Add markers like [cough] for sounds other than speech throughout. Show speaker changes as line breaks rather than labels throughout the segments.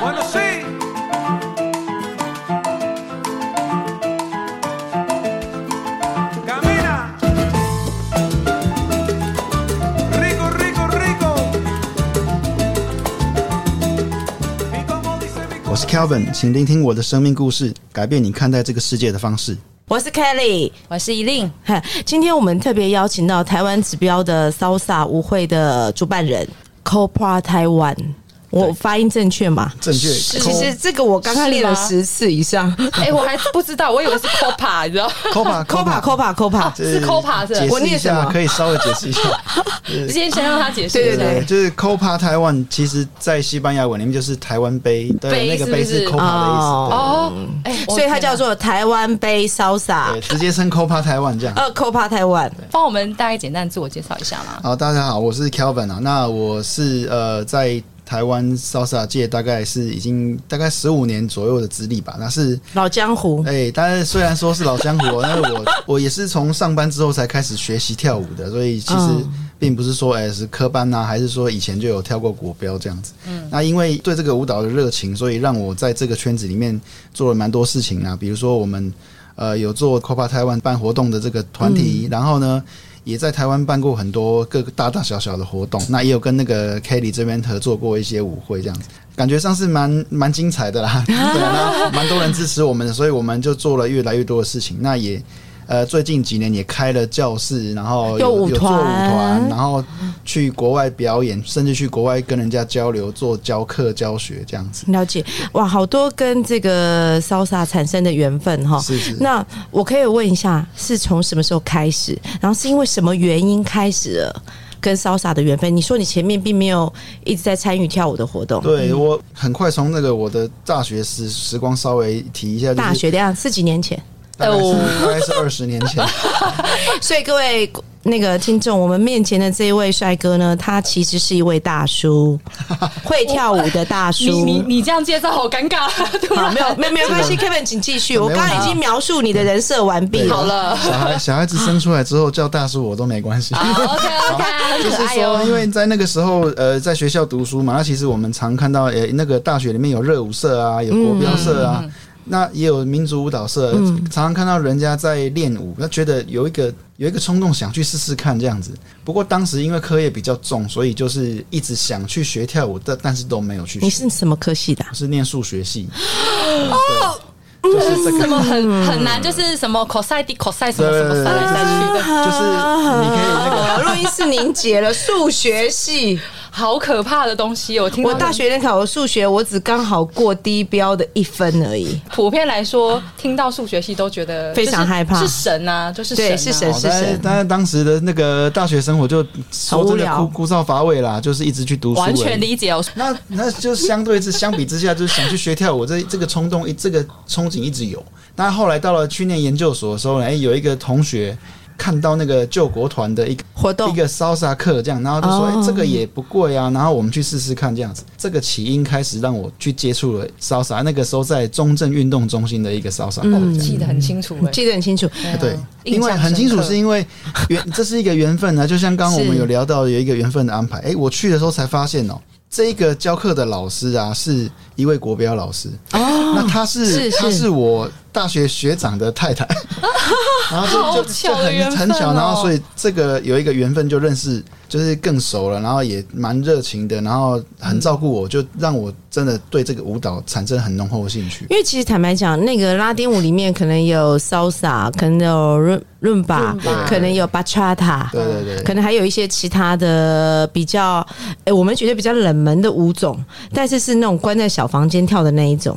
Wanna see? Camina. Rico, rico, rico. Y como dice mi
我是 Kelvin，请聆听我的生命故事，改变你看待这个世界的方式。
我是 Kelly，
我是依令，
哈今天我们特别邀请到台湾指标的 Salsa 舞会的主办人 Copra Taiwan，我发音正确吗？
正确，
其实这个我刚刚练了
是吗
十次以上。
哎、我还不知道，我以为是 Copa，你知道？
[laughs]
Copa
Copa Copa Copa，
是
是 Copa 是吧
解
我
释一
念什
下，
么
可以稍微解释一下。
先先让他解释。
对对对，
就是 Copa Taiwan，其实在西班牙文里面就是台湾杯，对，
杯
那个
是不
杯
是
是 Copa 的意思
哦，哎、我
所以它
天哪
叫做台湾杯
对，对
Salsa，
直接称 Copa Taiwan 这样。
呃 Copa Taiwan，
帮我们大概简单自我介绍一下嘛。
好，大家好，我是 Kelvin 啊。那我是呃，在台湾 salsa 界大概是已经大概十五年左右的资历吧。那是
老江湖。
哎、但是虽然说是老江湖， [laughs] 但是我我也是从上班之后才开始学习跳舞的，所以其实并不是说哎、是科班呐、还是说以前就有跳过国标这样子。那因为对这个舞蹈的热情，所以让我在这个圈子里面做了蛮多事情啊，比如说我们呃有做 Copa 台湾办活动的这个团体，然后呢。也在台湾办过很多各个大大小小的活动，那也有跟那个 Kelly 这边合作过一些舞会这样子，感觉上是蛮蛮精彩
[laughs]
的啦，对啊，那蛮多人支持我们的，所以我们就做了越来越多的事情。那也呃，最近几年也开了教室，然
有
后有
舞
有做舞
团
团，然后去国外表演，甚至去国外跟人家交流，做教课教学这样子。
了解哇，好多跟这个 salsa 产生的缘分哈。
是是
那我可以问一下，是从什么时候开始？然后是因为什么原因开始了跟 salsa 的缘分？你说你前面并没有一直在参与跳舞的活动，
对我很快从那个我的大学时时光稍微提一下，就是
大学这样是几年前。
大概是大概是二十年
[laughs]
前，
所以各位那个听众，我们面前的这一位帅哥呢，他其实是一位大叔，会跳舞的大
你你
叔。
你这样介绍好尴尬， [laughs] 突
好，
然
没有，没有，没有关系，Kevin，请继续。我
没问
刚
题
刚已经描述你的人设完毕
对
了
好。了。
小孩小孩子生出来之后叫大叔我都没
[laughs]
关系。 [laughs]
哦
OK OK，很
就
哎
是
可爱
说，因
哦。
为在那个时候，呃，在学校读书嘛，那其实我们常看到，呃、那个大学里面有热舞社啊，有国标社
嗯
啊，那也有民族舞蹈社，常常看到人家在练舞，那觉得有一个有一个冲动想去试试看这样子。不过当时因为课业比较重，所以就是一直想去学跳舞，但但是都没有去
你
学。
是什么科系的啊、
我是念数学系，
哦
对，就是这
什
个。
么很很难，就是什么 cos d cos 什么什么
对对对
三来三去的，
就是你可以那个
呃，录音室凝结了数学系。
好可怕的东西哦。我听到
[laughs] 我大学联考的数学，我只刚好过低标的一分而已。
普遍来说，听到数学系都觉得
非常
就是
害怕
是神啊，就是
对
神
是神
啊
哦但
是
但是当时的那个大学生活就说
无
真的
聊
枯枯燥乏味啦，就是一直去读书而已，
完全理解哦。
那那就相对之相比之下，就是想去学跳舞，这这个冲动一这个憧憬一直有。但后来到了去年研究所的时候呢，哎、有一个同学看到那个救国团的一个
活动
一个 salsa 课这样，然后就说、
哦
哎这个也不贵啊，然后我们去试试看这样子。这个起因开始让我去接触了 salsa，那个时候在中正运动中心的一个 salsa 课这
嗯
样。
记得很清楚哎，
记得很清楚，
对，
印
因为
象
很清楚，
深刻
是因为缘，这是一个缘分啊呢。就像刚刚我们有聊到有一个缘分的安排，哎、我去的时候才发现哦、这个教课的老师啊，是一位国标老师。哦，那他
是
是他
是
是我大学学长的太
[laughs]
太，然后就就
巧
就
的缘
很
分
很巧，
哦
然后所以这个有一个缘分就认识，就是更熟了，然后也蛮热情的，然后很照顾我，就让我真的对这个舞蹈产生很浓厚的兴趣。
因为其实坦白讲，那个拉丁舞里面可能有 salsa，可能有润润吧，可能有 bachata，
对对对。
可能还有一些其他的比较，诶、我们觉得比较冷门的舞种，但是是那种关在小房间跳的那一种。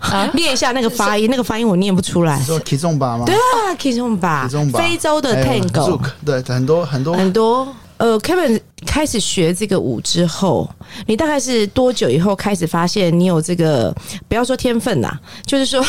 [laughs] 练一下那个发音，那个发音我念不出来
你。说 k i z o m b a 吗？
对啊 k i z o m b a
其中吧，哎
非洲的
还有
Tango 嗯
Zouk，对，很多很多
很多。呃，Kevin 开始学这个舞之后，你大概是多久以后开始发现你有这个？不要说天分啦，就
[laughs]
是说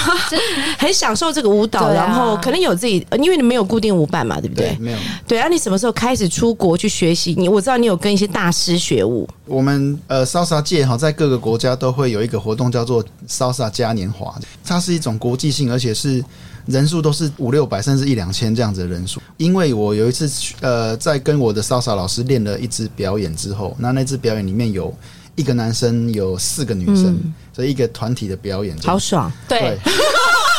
很享受这个舞蹈，
对啊
然后可能有自己，呃因为你没有固定舞伴嘛，对不对？
对，没有。
对啊，你什么时候开始出国去学习？你我知道你有跟一些大师学舞，
我们呃，salsa 界哈，在各个国家都会有一个活动叫做 salsa 嘉年华，它是一种国际性，而且是人数都是五六百甚至一两千这样子的人数。因为我有一次去呃，在跟我的 salsa 老师练了一支表演之后，那那支表演里面有一个男生，有四个女生，所以一个团体的表演这样。
好爽。
对 [laughs]
对，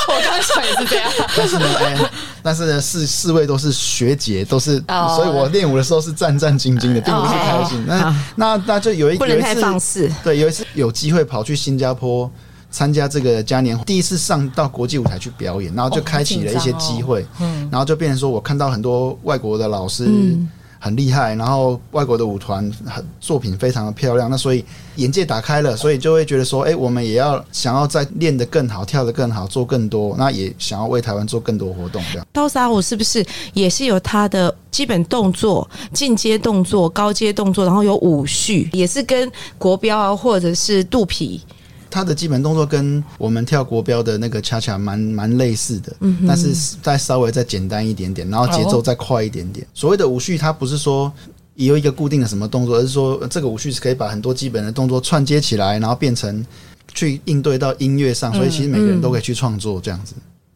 我刚想也是这样，
但是呢，哎、但是呢，四四位都是学姐，都是
哦
所以我练舞的时候是战战兢兢的，并不是开心。那那那就有一
哦不
有
能
一
太
次
放肆。
对，有一次有机会跑去新加坡参加这个嘉年华，第一次上到国际舞台去表演，然
哦
后就开启了一些机会，嗯，然后就变成说我看到很多外国的老师。
嗯
很厉害，然后外国的舞团很作品非常的漂亮，那所以眼界打开了，所以就会觉得说，哎、我们也要想要再练得更好，跳得更好，做更多，那也想要为台湾做更多活动，这样。
刀杀舞是不是也是有它的基本动作、进阶动作、高阶动作，然后有舞序，也是跟国标啊或者是肚皮
它的基本动作跟我们跳国标的那个恰恰蛮蛮类似的，但是再稍微再简单一点点，然后节奏再快一点点。所谓的舞序，它不是说有一个固定的什么动作，而是说呃这个舞序是可以把很多基本的动作串接起来，然后变成去应对到音乐上。所以其实每个人都可以去创作这样子。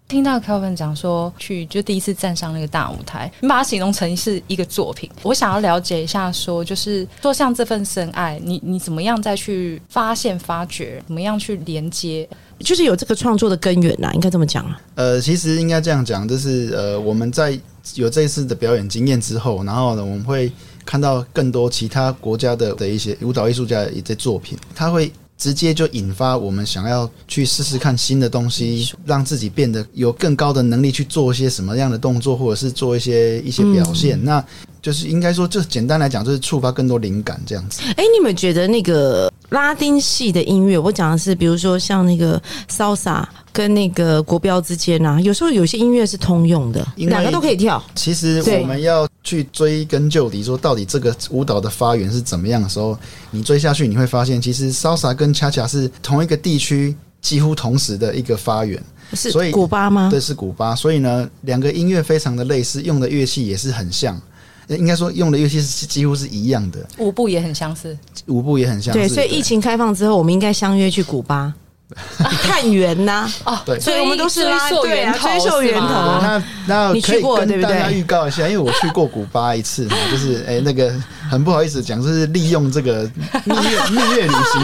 听到 Kelvin 讲说去就第一次站上那个大舞台，你把它形容成是一个作品。我想要了解一下说就是做像这份深爱，你你怎么样再去发现、发掘，怎么样去连接？
就是有这个创作的根源呐、应该这么讲啊。
呃，其实应该这样讲，就是呃，我们在有这一次的表演经验之后，然后呢，我们会看到更多其他国家的的一些舞蹈艺术家的一些作品，它会直接就引发我们想要去试试看新的东西，让自己变得有更高的能力去做一些什么样的动作，或者是做一些一些表现。
嗯
那就是应该说，就简单来讲，就是触发更多灵感这样子。
哎、你们觉得那个拉丁系的音乐，我讲的是比如说像那个 salsa 跟那个国标之间啊，有时候有些音乐是通用的，
因为
两个都可以跳。
其实我们要去追根究底，说到底这个舞蹈的发源是怎么样的时候，你追下去，你会发现，其实 salsa 跟恰恰是同一个地区几乎同时的一个发源，
是
所以
古巴吗
这？是古巴。所以呢，两个音乐非常的类似，用的乐器也是很像，呃应该说用的乐器是几乎是一样的，
舞步也很相似，
舞步也很像是。
对，所以疫情开放之后，我们应该相约去古
[laughs]
巴探源呐、
哦，
对
所以我们都是拉
追溯
对
源
啊
头，
追溯源头
是吗
啊
那那
你
可
去
以
过对
跟
不
大
对
家预告一下，因为我去过古巴一次嘛， [laughs] 就是哎、那个很不好意思讲，就是利用这个蜜月蜜月
[laughs]
旅行，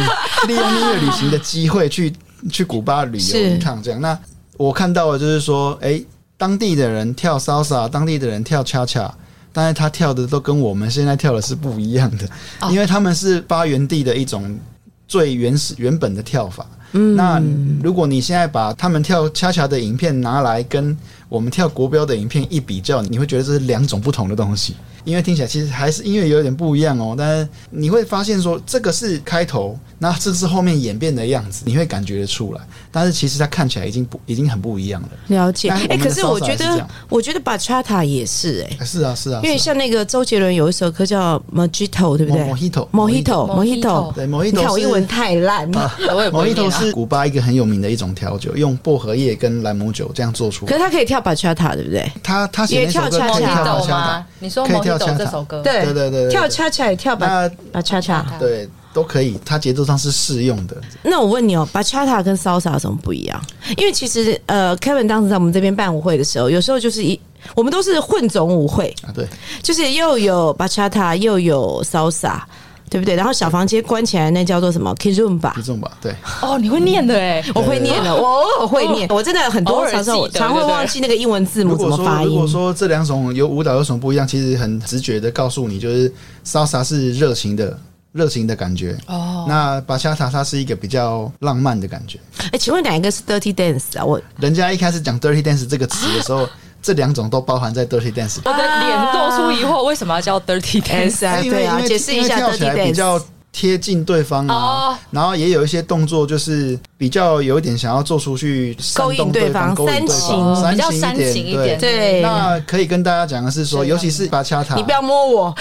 利用蜜月旅行的机会去去古巴旅游
是
一趟这样。那我看到的就是说，哎、当地的人跳 salsa，当地的人跳恰恰。但是他跳的都跟我们现在跳的是不一样的，
哦
因为他们是发源地的一种最原始原本的跳法。那如果你现在把他们跳恰恰的影片拿来跟我们跳国标的影片一比较，你会觉得这是两种不同的东西，因为听起来其实还是音乐有点不一样哦。但是你会发现说这个是开头，那这是后面演变的样子，你会感觉得出来。但是其实它看起来已经不已经很不一样了。
了解，
但
哎、
我们的
可是我
salsa
觉
还是这
得
样，
我觉得 bachata 也是哎、
哎是啊，是啊，
因为
是啊
像那个周杰伦有一首歌叫 Mojito，对不对
Mojito
Mojito，Mojito，
Mojito
对某一
你
头
看我英文太烂了，
我也不
某
会
哦一头
念啊
是古巴一个很有名的一种调酒，用薄荷叶跟莱姆酒这样做出
可
来。
是他可以跳 bachata，对不对？
他他写那首歌
也跳恰
可以
恰
跳
Mojito
恰恰
吗？你说
可以跳
Mojito
cha-cha
这首歌，
对对对对
跳恰恰也跳
那
ba- bachata。
对，都可以，它节奏上是适用的。
那我问你哦，bachata 跟 salsa 有什么不一样？因为其实呃，Kevin 当时在我们这边办舞会的时候，有时候就是一。我们都是混种舞会，
啊，对，
就是又有 bachata 又有 salsa，对不对？然后小房间关起来那叫做什么 kizumba，
一种吧，对，
哦，你会念的哎，
我会念的，我偶尔会哦念，我真的很
偶
多
尔
常常我
记得
常会
对不对
忘记那个英文字母 [laughs]
如
怎
果
么发
说如
音
果。说这两种有舞蹈有什么不一样，其实很直觉的告诉你，就是 salsa 是热情的。热情的感觉哦，那巴恰塔它是一个比较浪漫的感觉。
哎，请问哪一个是 dirty dance 啊？我
人家一开始讲 dirty dance 这个词的时候，这两种都包含在 dirty dance 里。
我的脸露出疑惑，为什么要叫 [laughs] dirty dance？
dance 啊，
哎因为
对啊，
因为
解释一下
因为跳
dirty
起来比
dance
较。贴近对方
哦
啊，然后也有一些动作，就是比较有一点想要做出去煽动
勾引对
方、
方
勾引对方，
煽情比较
煽
煽
情
情一
一点。
点
对
对，
那可以跟大家讲的是说，
[laughs]
是
尤其是巴恰塔，
你不要摸我，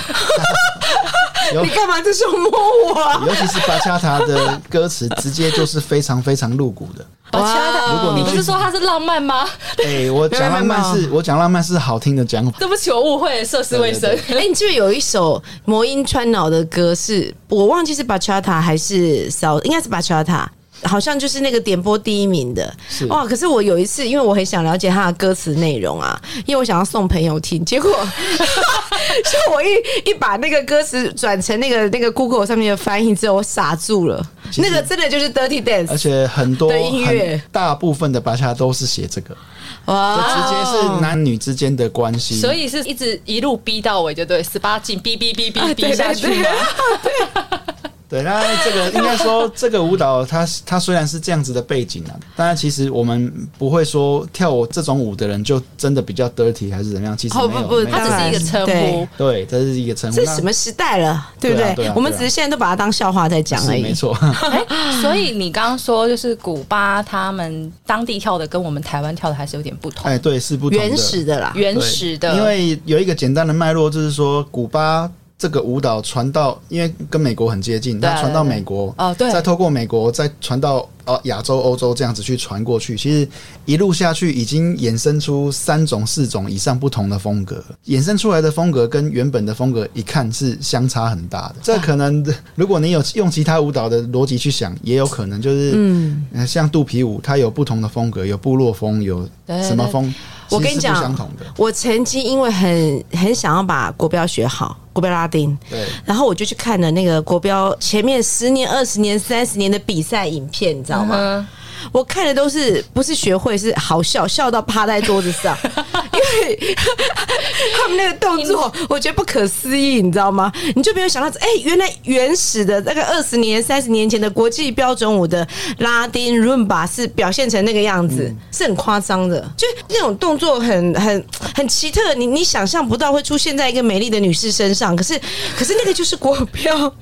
[laughs]
尤
你干嘛这时候摸我啊？
尤其是巴恰塔的歌词，直接就是非常非常露骨
[laughs]
的。
把其他的，
如果你
不是说它是浪漫吗？
哎、我讲浪漫是，我讲浪漫是好听的
[laughs]
讲法。
对不起，我误会了，涉世未深
对。
哎、你记不记得有一首魔音穿脑的歌是，我忘记是 Bachata 还是 s 应该是 Bachata。好像就是那个点播第一名的
是
哇！可是我有一次，因为我很想了解他的歌词内容啊，因为我想要送朋友听，结果 [laughs] 就我一一把那个歌词转成那个那个 Google 上面的翻译之后，我傻住了。
其实
那个真的就是 Dirty
而
Dance
且很多
对音乐
很大部分的巴恰都是写这个，就
哇
直接是啊男女之间的关系。
所以是一直一路逼到尾，就对，十八禁，逼逼逼逼逼
对
下
对
去吗
对？
对，那
[laughs]
这个应该说，这个舞蹈它它虽然是这样子的背景啊，但是其实我们不会说跳我这种舞的人就真的比较 dirty 还是怎么样，其实
哦
没有，
不不
没有
它
当然
只是一个称呼
对，
对，这是一个称呼。
这
那
什么时代了，对不
对啊
对？
对啊
我们
对啊
只是现在都把它当笑话在讲
是
而已
没。错，
哎， [laughs] 所以你刚刚说就是古巴他们当地跳的跟我们台湾跳的还是有点不同，
哎，对，是不同的
原始的啦，
原
对
始的，
因为有一个简单的脉络，就是说古巴。这个舞蹈传到，因为跟美国很接近，
对啊
它传到
对啊
美国，
哦对
再透过美国，再传到呃亚洲、欧洲这样子去传过去。其实一路下去，已经衍生出三种、四种以上不同的风格，衍生出来的风格跟原本的风格一看是相差很大的。这可能，如果你有用其他舞蹈的逻辑去想，也有可能就是，嗯，像肚皮舞，它有不同的风格，有部落风，有
对
什么风，
我跟你
其实是不相
讲
同的，，
我曾经因为很很想要把国标学好，国标拉丁，
对。
然后我就去看了那个国标前面十年、二十年、三十年的比赛影片，你知道吗？
嗯
我看的都是不是学会，是好笑，笑到趴在桌子上，因为他们那个动作，我觉得不可思议，你知道吗？你就没有想到，哎、原来原始的那个二十年、三十年前的国际标准舞的拉丁 rumba 是表现成那个样子，是很夸张的，就那种动作很很很奇特，你你想象不到会出现在一个美丽的女士身上，可是可是那个就是国标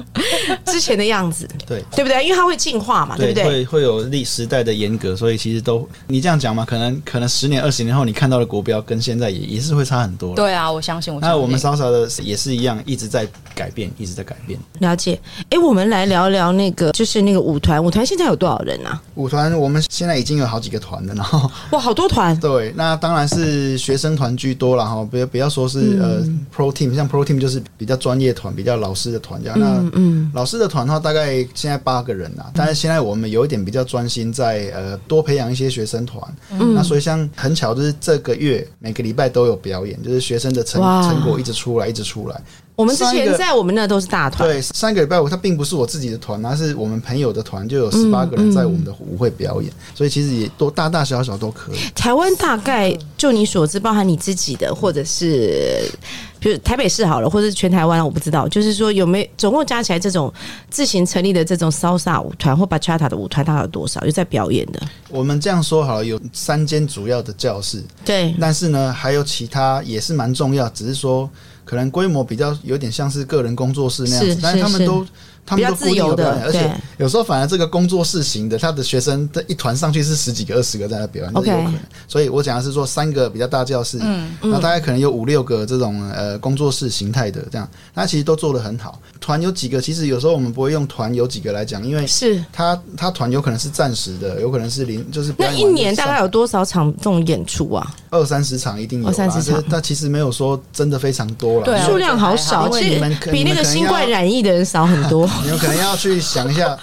之前的样子，
对
对不对？因为它会进化啊嘛，对不对？
会会有历时代的严格，所以其实都你这样讲嘛，可能可能十年二十年后你看到的国标跟现在也也是会差很多。，
对啊，我相信，我相
那
信
我们稍稍的也是一样，一直在改变，一直在改变。
了解，哎、我们来聊聊那个，就是那个舞团，舞团现在有多少人啊？
舞团我们现在已经有好几个团了，然后，
哇，好多团
对，那当然是学生团居多了哈，不要不要说是、呃 pro team，像 pro team 就是比较专业团，比较老师的团这样。那老师的团的话，大概现在八个人啦，但是现在我们有一点比较专心在呃多培养一些学生团，那所以像很巧就是这个月每个礼拜都有表演，就是学生的成
哇
成果一直出来，一直出来。
我们之
上一
前
个
在我们那都是大团，
对，上一个礼拜五它并不是我自己的团，它是我们朋友的团，就有十八个人在我们的舞会表演，所以其实也多大大小小都可以。
台湾大概就你所知，包含你自己的，或者是比如台北市好了，或者是全台湾，我不知道，就是说有没有总共加起来这种自行成立的这种 salsa 舞团或 bachata 的舞团，大概有多少？有在表演的？
我们这样说好了，有三间主要的教室，
对，
但是呢，还有其他也是蛮重要，只是说可能规模比较有点像是个人工作室那样
是
子，但是
是
他们
是
都他
比
们
较
都固定有
自由的
表演，而且
对
有时候反而这个工作室型的，他的学生的一团上去是十几个、二十个在那表演，这
OK 嗯
有可能。所以我讲的是说三个比较大教室，那大概可能有五六个这种呃工作室形态的这样，那其实都做得很好。团有几个，其实有时候我们不会用团有几个来讲，因为
是。
他他团有可能是暂时的，有可能是临就是表
那
演
一
完就
年大
散
概有多少场这种演出啊？
二三十场一定有啦，
二三十场
就是但其实没有说真的非常多了。
对啊
数量好少，
因为
其
你
实
们可
比那个新冠
你们可能要
染疫的人少很多。
你们可能要去想一下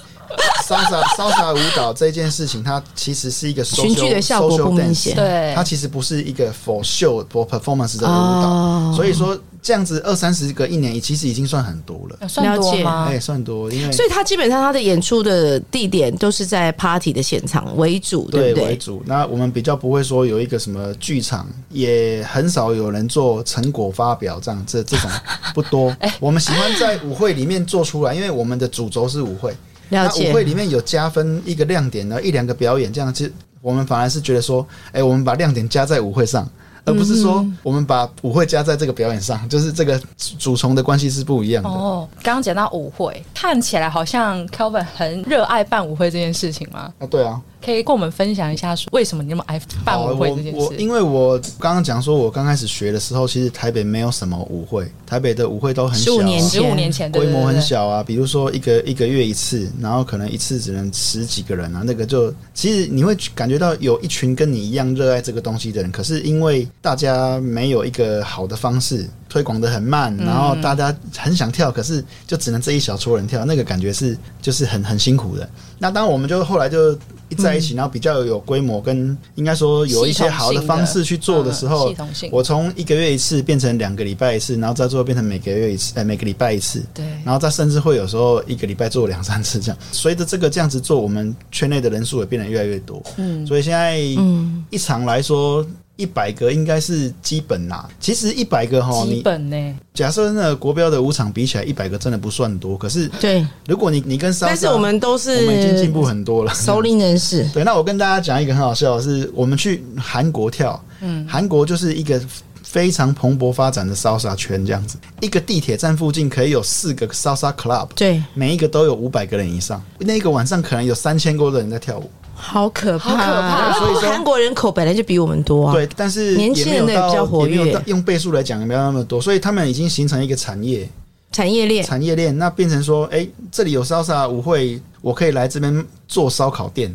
salsa salsa 舞蹈这件事情，它其实是一个 social,
群聚的效果
social
不明
dance
显
对
它其实不是一个 for show for performance 的舞蹈，
哦
所以说这样子二三十个一年，其实已经算很多了。
有算多吗
哎、？算多，因为
嗯所以他基本上他的演出的地点都是在 party 的现场为主，对
对
不对？
为主。那我们比较不会说有一个什么剧场，也很少有人做成果发表这样，这这
[laughs]
种不多。
哎
我们喜欢在舞会里面做出来，因为我们的主轴是舞会。
了
那
解
舞会里面有加分一个亮点呢，一两个表演这样，其实我们反而是觉得说，哎、我们把亮点加在舞会上。而不是
嗯
说我们把舞会加在这个表演上，就是这个主从的关系是不一样的。
哦，刚刚讲到舞会，看起来好像 Kelvin 很热爱办舞会这件事情吗？
啊，对啊，
可以跟我们分享一下，说为什么你那么爱办
好
舞会这件
我我
事？
因为我刚刚讲说，我刚开始学的时候，其实台北没有什么舞会，台北的舞会都很小
15
啊，
年
十五年前
规模很，
对对对对
小啊，比如说一个一个月一次，然后可能一次只能十几个人啊，那个就其实你会感觉到有一群跟你一样热爱这个东西的人，可是因为大家没有一个好的方式推广的很慢，
嗯
然后大家很想跳，可是就只能这一小撮人跳，那个感觉是就是很很辛苦的。那当然我们就后来就。一在
嗯
一起，然后比较有规模，跟应该说有一些好的方式去做的时
嗯
候
系统性，
我从一个月一次变成两个礼拜一次，然后再最后变成每个月一次，呃，每个礼拜一次。
对，
然后再甚至会有时候一个礼拜做两三次这样。 [laughs] 随着这个这样子做，我们圈内的人数也变得越来越多。嗯，所以现在一场来说。一百个应该是基本啦，其实一百个哈，
基
你
本呢，
假设那个国标的五场比起来，一百个真的不算多。可是
对，
如果你你跟莎莎，
但是我们都是
我们已经进步很多了，
熟龄人士，
[laughs] 对，那我跟大家讲一个很好笑的是，我们去韩国跳，嗯，韩国就是一个非常蓬勃发展的 salsa 圈，这样子，一个地铁站附近可以有四个 salsa club，
对，
每一个都有五百个人以上，那一个晚上可能有三千多人在跳舞，
好可怕，
好可怕
因为
所以说
韩国人口本来就比我们多啊，
对，但是
年轻人的
也没有到
比较活跃
也没有到用倍数来讲也没有那么多，所以他们已经形成一个产业
产业链
产业链，那变成说，哎、这里有 salsa 舞会，我可以来这边做烧烤店，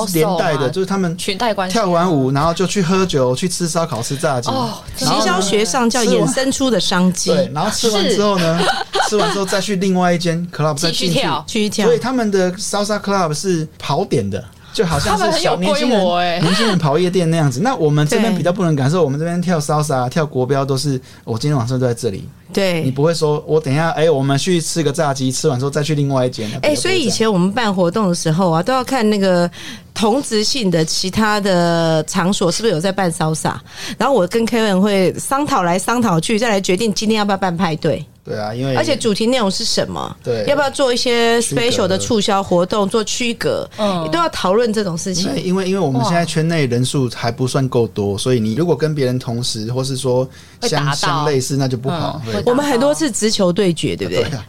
啊
就
售
是连带的，
嘛
就是他们
裙带关系
跳完舞，然后就去喝酒，去吃烧烤、吃炸鸡。
哦，
行
真的
销学上叫衍生出的商机，
对，然后吃完之后呢，吃完之后再去另外一间 club 再
继续
进去。
跳，
去讲
所以他们的 salsa club 是跑点的，就好像
他们
是
很有
小年轻
规
人、
模欸
[laughs] 年轻人跑夜店那样子。那我们这边
对
比较不能感受，我们这边跳 salsa、跳国标都是我今天晚上都在这里，你
对。
不会说我等一下哎、我们去吃个炸鸡，吃完之后再去另外一间。
哎、所以以前我们办活动的时候啊，都要看那个同质性的其他的场所是不是有在办骚洒，然后我跟 Kevin 会商讨来商讨去，再来决定今天要不要办派对。
对啊，因为
而且主题内容是什么？
对
要不要做一些
区隔
special 的促销活动，做区隔，
嗯
都要讨论这种事
因
情
为。因为因为我们
哇
现在圈内人数还不算够多，所以你如果跟别人同时，或是说
会打
相
到
相类似，那就不好。
嗯
对
会
我们很多次直球对决，对不对？
对啊，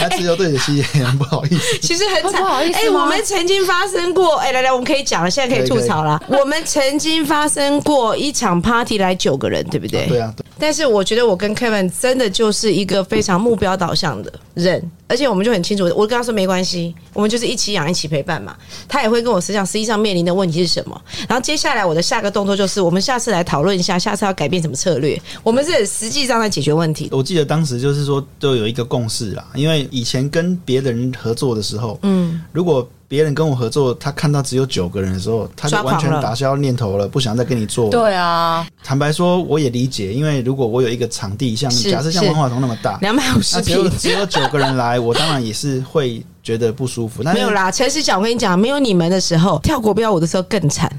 那自由队的戏也很不好意思。
[laughs]
其实很惨，
会不好意思
哎、
吗
我们曾经发生过，哎、来来，我们可以讲了，现在可以
可以
吐槽了。我们曾经发生过一场 party 来九个人，对不对？
对啊，对
但是我觉得我跟 Kevin 真的就是一个非常目标导向的人，而且我们就很清楚，我跟他说没关系，我们就是一起养，一起陪伴嘛。他也会跟我实讲实际上面临的问题是什么。然后接下来我的下个动作就是，我们下次来讨论一下，下次要改变什么策略。我们是很实际上在解决问题的。
我记得当时就是说，都有一个共识啦，因为以前跟别的人合作的时候，嗯，如果别人跟我合作，他看到只有九个人的时候，他就
抓狂
完全
了
打消念头了，不想再跟你做。
对啊，
坦白说，我也理解，因为如果我有一个场地，像
是
假设像
是
万华堂那么
[laughs]
大，
两百五十
那只有
平。
只有九个人来，我当然也是会觉得不舒服。但是
没有啦，诚实讲，我跟你讲，没有你们的时候，跳国标舞的时候更惨。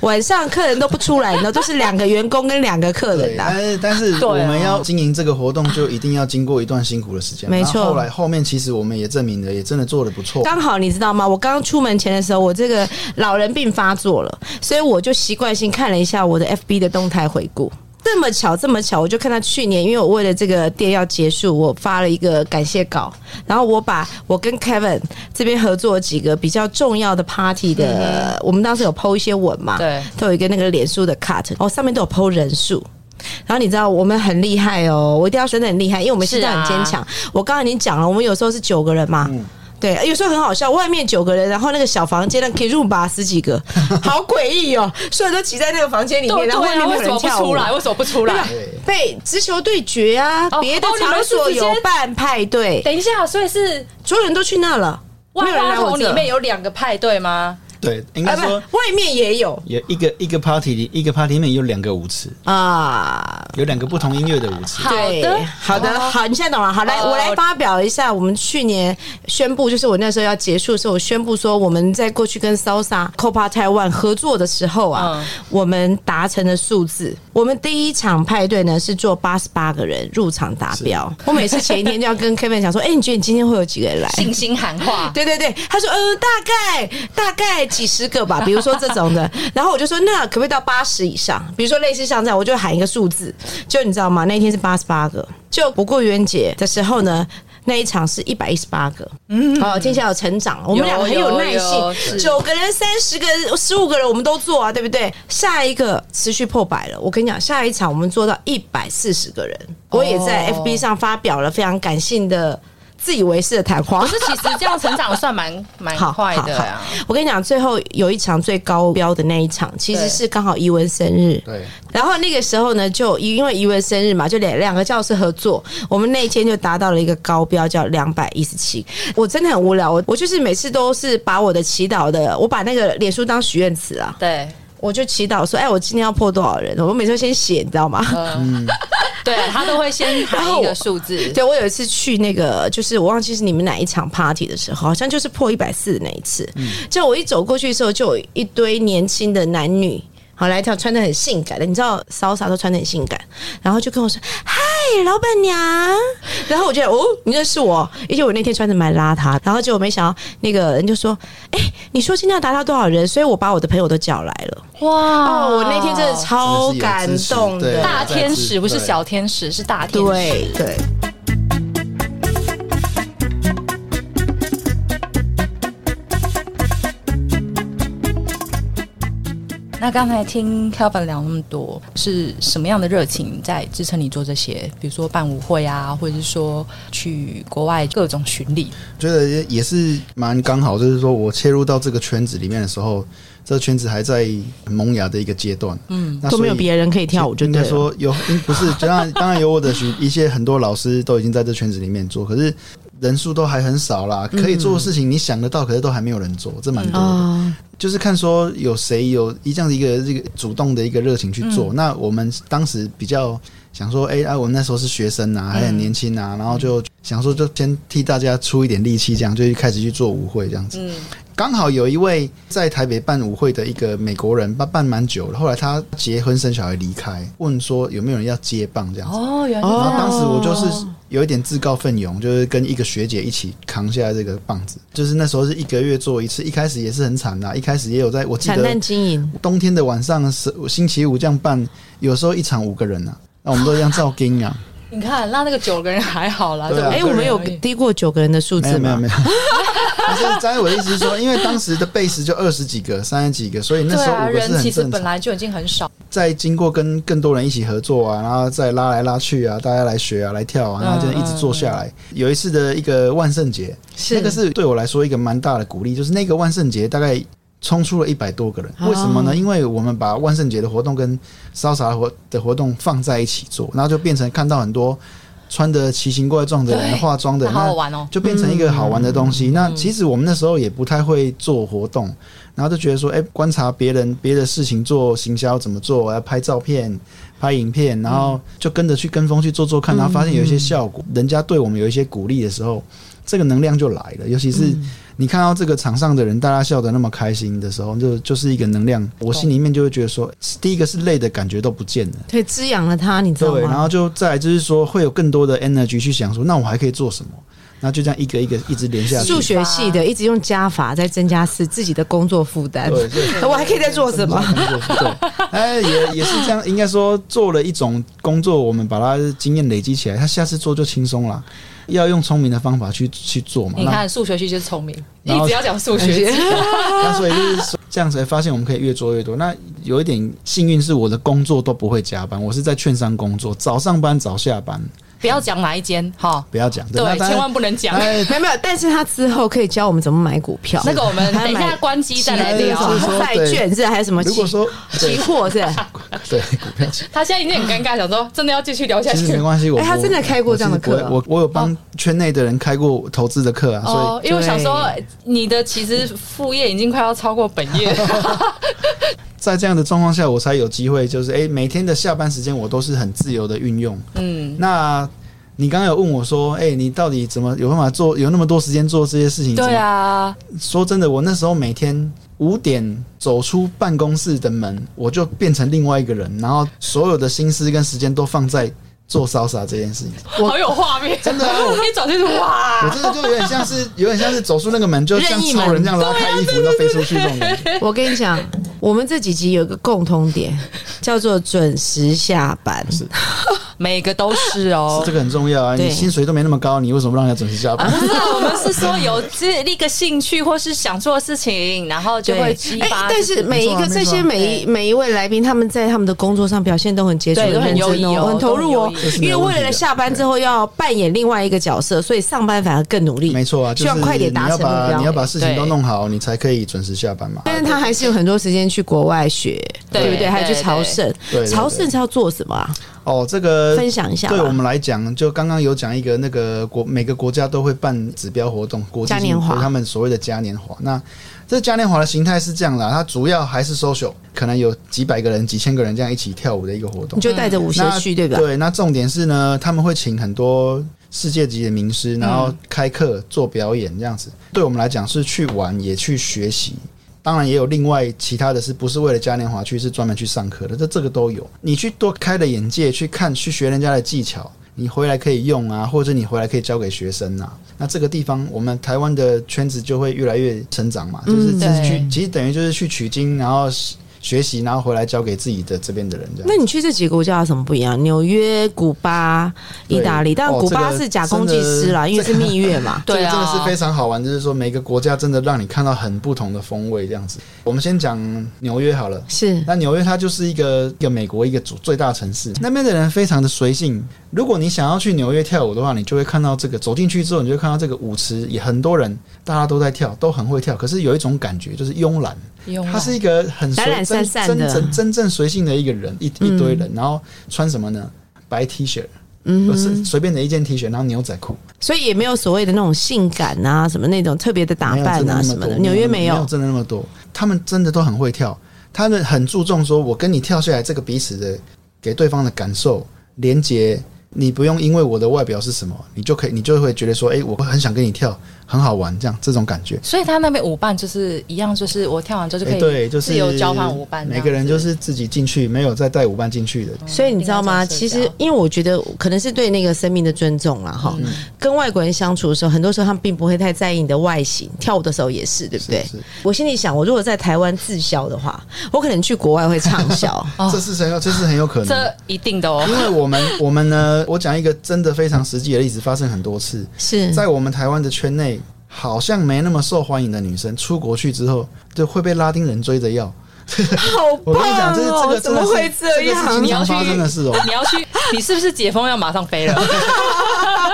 晚上客人都不出来，你知道，都是两个员工跟两个客
对，
人啦。
但是但是
对啊
我们要经营这个活动，就一定要经过一段辛苦的时间。
没错
然后后来后面其实我们也证明了，也真的做的不错。
刚好你知道吗？我刚出门前的时候，我这个老人病发作了，所以我就习惯性看了一下我的 FB 的动态回顾。这么巧，这么巧，我就看到去年，因为我为了这个店要结束，我发了一个感谢稿，然后我把我跟 Kevin 这边合作几个比较重要的 party 的，我们当时有 PO 一些文嘛，
对，
都有一个那个脸书的 cut，哦，上面都有 PO 人数。然后你知道我们很厉害哦，我一定要说真的很厉害，因为我们心
是
脏
啊
很坚强。我刚才已经讲了，我们有时候是九个人嘛。
嗯
对，有时候很好笑，外面九个人，然后那个小房间呢可以入吧十几
[laughs]
个，好诡异哦！所有人都挤在那个房间里面，
对
然后外
对啊，
面没
为
有
什么
人
不
跳舞
出。来？为什么不出来？
被直球对决啊！
哦
别的
哦你们
场
是
所
直接
有办派对，
等一下，所以是
所有人都去那了，没
万
有人
花
来我
筒
这
里面。有两个派对吗？
对，应
啊，
该
不
说，
外面也有
有一个一个 party 里，一个 party 里面有两个舞池，
啊。
有两个不同音乐的舞池。
好
对
的
好的，好，你现在懂了。好，来，
哦
我来发表一下我们去年宣布，就是我那时候要结束的时候，我宣布说我们在过去跟 Salsa Copa Taiwan 合作的时候啊，
嗯
我们达成的数字，我们第一场派对呢是做八十八个人入场达标。我每次前一天就要跟 Kevin 讲说，哎、你觉得你今天会有几个人来？
信心喊话，
对对对，他说呃，大概大概几十个
[laughs]
吧，比如说这种的。然后我就说，那可不可以到八十以上？比如说类似像这样，我就喊一个数字。就你知道吗？那一天是八十八个。就不过元节的时候呢。那一场是一百一十八个，嗯，好，天下有成长，我们两个很有耐
有
性，
有是
九个人、三十个人、十五个人，我们都做啊，对不对？下一个持续破百了，我跟你讲，下一场我们做到一百四十个人，我也在
哦
FB 上发表了非常感性的、自以为是的谈话
可。是其实这样成长算蛮蛮
好
快的
好
呀、啊。
我跟你讲，最后有一场最高标的那一场，其实
对
是刚好伊文生日，
对，
然后那个时候呢，就因为怡文生日嘛，就两两个教室合作，我们那一天就达到了一个高标，叫两百一十七。我真的很无聊，我我就是每次都是把我的祈祷的，我把那个脸书当许愿池啊，
对，
我就祈祷说，哎，我今天要破多少人？我每次都先写，你知道吗？
嗯，对他都会先喊一个数字，
对，我有一次去那个，就是我忘记是你们哪一场 party 的时候，好像就是破一百四那一次。
嗯
就我一走过去的时候，就有一堆年轻的男女，好来一条穿的很性感的，你知道骚洒都穿的很性感，然后就跟我说：“嗨，老板娘。”然后我觉得哦，你认识我，而且我那天穿的蛮邋遢，然后结果没想到那个人就说：“哎、你说今天要达到多少人？”所以我把我的朋友都叫来了。
哇！
哦，我那天真的超感动
真的是有支持对
的，
大天使不是小天使，是大天使。
对对。
那刚才听 Kelvin 聊那么多，是什么样的热情在支撑你做这些？比如说办舞会啊，或者是说去国外各种巡礼，
觉得也是蛮刚好，就是说我切入到这个圈子里面的时候，这个圈子还在萌芽的一个阶段，嗯，
都没有别人可以跳舞，就
应
对
该
了。
说有，应不是，当然当然有我的许一些很多老师都已经在这圈子里面做，可是人数都还很少啦，可以做的事情你想得到，可是都还没有人做，这蛮多的。
啊，
就是看说有谁有一这样的一个这个主动的一个热情去做。那我们当时比较想说，哎、啊，我们那时候是学生啊，还很年轻啊，然后就想说，就先替大家出一点力气，这样就开始去做舞会这样子。刚好有一位在台北办舞会的一个美国人，办办蛮久了，后来他结婚生小孩离开，问说有没有人要接棒这样子。
哦，原来
然后当时我就是有一点自告奋勇，就是跟一个学姐一起扛下这个棒子。就是那时候是一个月做一次，一开始也是很惨啊啦，一开始也有在我记
惨淡
得
经营，
冬天的晚上是星期五这样办，有时候一场五个人啊，那我们都这样照跟
[laughs]
啊，
你看，那那个九个人还好啦，
对啊
就五个
哎、
人
我们有
而已
低过九个人的数
没有
字
没有
吗？
没有。 [laughs] 不是，在我的意思是说，因为当时的 base 就二十几个、三十几个，所以那
对
时候
啊，
五个是
人
很
其实
正常
本。来就已经很少，
再经过跟更多人一起合作啊，然后再拉来拉去啊，大家来学啊，来跳
嗯
啊，然后就一直做下来。有一次的一个万圣节，那个是对我来说一个蛮大的鼓励，就是那个万圣节大概冲出了一百多个
哦
人。为什么呢？因为我们把万圣节的活动跟烧啥活的活动放在一起做，然后就变成看到很多穿的奇形怪状的人、
对
化妆的人，
好好
那
玩哦嗯
就变成一个好玩的东西。那其实我们那时候也不太会做活动，然后就觉得说，哎、观察别人别的事情做行销怎么做，我要拍照片、拍影片，然后就跟着去跟风去做做
嗯
看，然后发现有一些效果，人家对我们有一些鼓励的时候，这个能量就来了。尤其是你看到这个场上的人，大家笑得那么开心的时候，就就是一个能量，我心里面就会觉得说，第一个是累的感觉都不见了。
对，滋养了他，你知道
对，然
吗？
后就再来就是说，会有更多的 energy 去想说，那我还可以做什么？那就这样一个一个一直连下去
数。学系
啊
的一直用加法在增加是自己的工作负担，
对，就
我还可以再做什么？
对，哎，也也是这样，应该说做了一种工作，我们把它经验累积起来，他下次做就轻松啦。要用聪明的方法去去做嘛。
你
那
看数学系就是聪明，
然
一
后
直要讲数学系，
那所以就是说这样才发现我们可以越做越多。那有一点幸运是我的工作都不会加班，我是在券商工作，早上班早下班，
不要讲哪一间哈，
不要讲。
对，千万
不
不能讲。
哎，
没有没有，但是他之后可以教我们怎么买股 [laughs] 票，
那个我们
还
[laughs] 等一
买
下关机再来
对
聊。
是说
债券是还有什么期？
如果说
期
对
货
[laughs]
是，哎、
对股票，
他现在已经很尴尬，想说真的要继续聊下
其实
去
没。关系。我
哎他真的开过这样的课啊
我我我有帮圈内的人开过投资的课啊，所以
哦，因为我想说，你的其实副业已经快要超过本业，
在这样的状况下，我才有机会，就是诶，每天的下班时间我都是很自由的运用。
嗯，
那你刚刚有问我说，诶，你到底怎么有办法做，有那么多时间做这些事情？
对 [laughs] 啊，
怎么，说真的，我那时候每天五点走出办公室的门，我就变成另外一个人，然后所有的心思跟时间都放在做烧杀这件事情。
好有画面，
真的啊
[laughs]
我
一转就是
我
哇，
真的就有点像是，有点像是走出那个门，就像
任意门
超人这样拉开衣服，然后飞出去这种感觉。
我跟你讲，我们这几集有一个共通点，叫做准时下班。
每个都是哦 [laughs]
这。个很重要啊！
对
你薪水都没那么高，你为什么不让人家准时下班？
不是，我们是说有这一个兴趣或是想做的事情，然后就会激
哎
发自
但
己。
是每一
没
个
错啊
这些
没错啊
每一每一位来宾，他们在他们的工作上表现都很杰出，
对都很
认真
优异哦
很投入哦
都很优
异这是。没
因为
有问
为
题的
了下班之后要扮演另外一个角色，所以上班反而更努力。
没错啊，就
希
是
望快点
你
达
要
成目
把
标。
你要把事情都弄好，你才可以准时下班嘛。
但是他还是有很多时间去国外学，
对
对不对？
对
还去朝圣
对对，对
朝圣是要做什么啊？
哦，这个
分享一下吧
对我们来讲，就刚刚有讲一个那个国每个国家都会办指标活动，国际性
嘉年华
对他们所谓的嘉年华。那这嘉年华的形态是这样啦，它主要还是 social，可能有几百个人、几千个人这样一起跳舞的一个活动
你。就带着舞鞋
那
去，对吧？
对，那重点是呢，他们会请很多世界级的名师，然后开课做表演这样子。对我们来讲是去玩也去学习，当然也有另外其他的是不是为了嘉年华去是专门去上课的，这这个都有。你去多开了眼界，去看去学人家的技巧。你回来可以用啊，或者你回来可以教给学生啊。那这个地方，我们台湾的圈子就会越来越成长嘛，
嗯
就是这是去，
对
其实等于就是去取经，然后学习，然后回来教给自己的这边的人这样。
那你去这几个国家有什么不一样？纽约、古巴、
对
意大利，但
哦
古巴
这个
是假公济私啦，
真的
因为是蜜月
[laughs]
嘛。
对啊
这个真的是非常好玩，就是说每个国家真的让你看到很不同的风味这样子。我们先讲纽约好了。
是
那纽约它就是一个一个美国一个主最大城市，那边的人非常的随性。如果你想要去纽约跳舞的话，你就会看到这个走进去之后，你就会看到这个舞池也很多人，大家都在跳，都很会跳。可是有一种感觉就是慵懒，
慵懒
他是一个很随
懒懒散散
真
的
真真真正随性的一个人，一一堆人，然后穿什么呢？白 T 恤，
嗯
就
哼
是随便的一件 T 恤，然后牛仔裤。
所以也没有所谓的那种性感啊，什么那种特别的打扮啊什么的。纽约没
没有
有，
真的那么多，他们真的都很会跳，他们很注重说，我跟你跳下来这个彼此的给对方的感受连接，你不用因为我的外表是什么，你就可以，你就会觉得说，哎、我很想跟你跳，很好玩，这样这种感觉。
所以他那边舞伴就是一样，就是我跳完之后就可
哎、
以
对，就是
自由交换舞伴这样
每个
子，
人就是自己进去，没有再带舞伴进去的。
所以你知道吗？
另外一种
其
社交
实，
啊
因为我觉得可能是对那个生命的尊重啦，哈、
嗯
跟外国人相处的时候，很多时候他们并不会太在意你的外形，跳舞的时候也是，对不对？
是是
我心里想，我如果在台湾自销的话，我可能去国外会畅销。
哦
这是很有，这是很有可能的。
这一定的哦。
因为我们我们呢，我讲一个真的非常实际的例子，发生很多次。
是
[laughs] 在我们台湾的圈内，好像没那么受欢迎的女生，出国去之后就会被拉丁人追着要。
好
我跟你讲，
棒
这是这
哦！
个
怎
真
么
的是
会这
个是
样
经？常发生的事哦。
你要去，你是不是解封要马上飞了？
[laughs]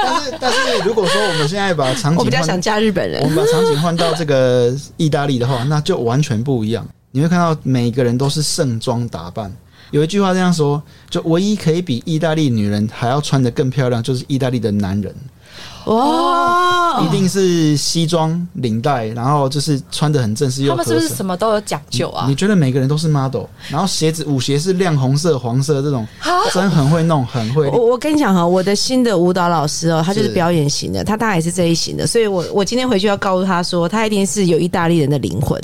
但是但是，如果说我们现在把场景
我比较想
换，
嫁日本
我
人
们。把场景换到这个意大利的话，那就完全不一样。你会看到每个人都是盛装打扮。有一句话这样说，就唯一可以比意大利女人还要穿得更漂亮，就是意大利的男人。
哇
一！定是西装领带，然后就是穿的很正式又
他
合
们是不是
身
什么都有讲究啊
你？觉得每个人都是 model，然后鞋子舞鞋是亮红色、黄色这种，真很会弄，很会。
哦
我我跟你讲哈，我的新的舞蹈老师哦，他就是
是
表演型的，他当然也是这一型的，所以我我今天回去要告诉他说，他一定是有意大利人的灵魂。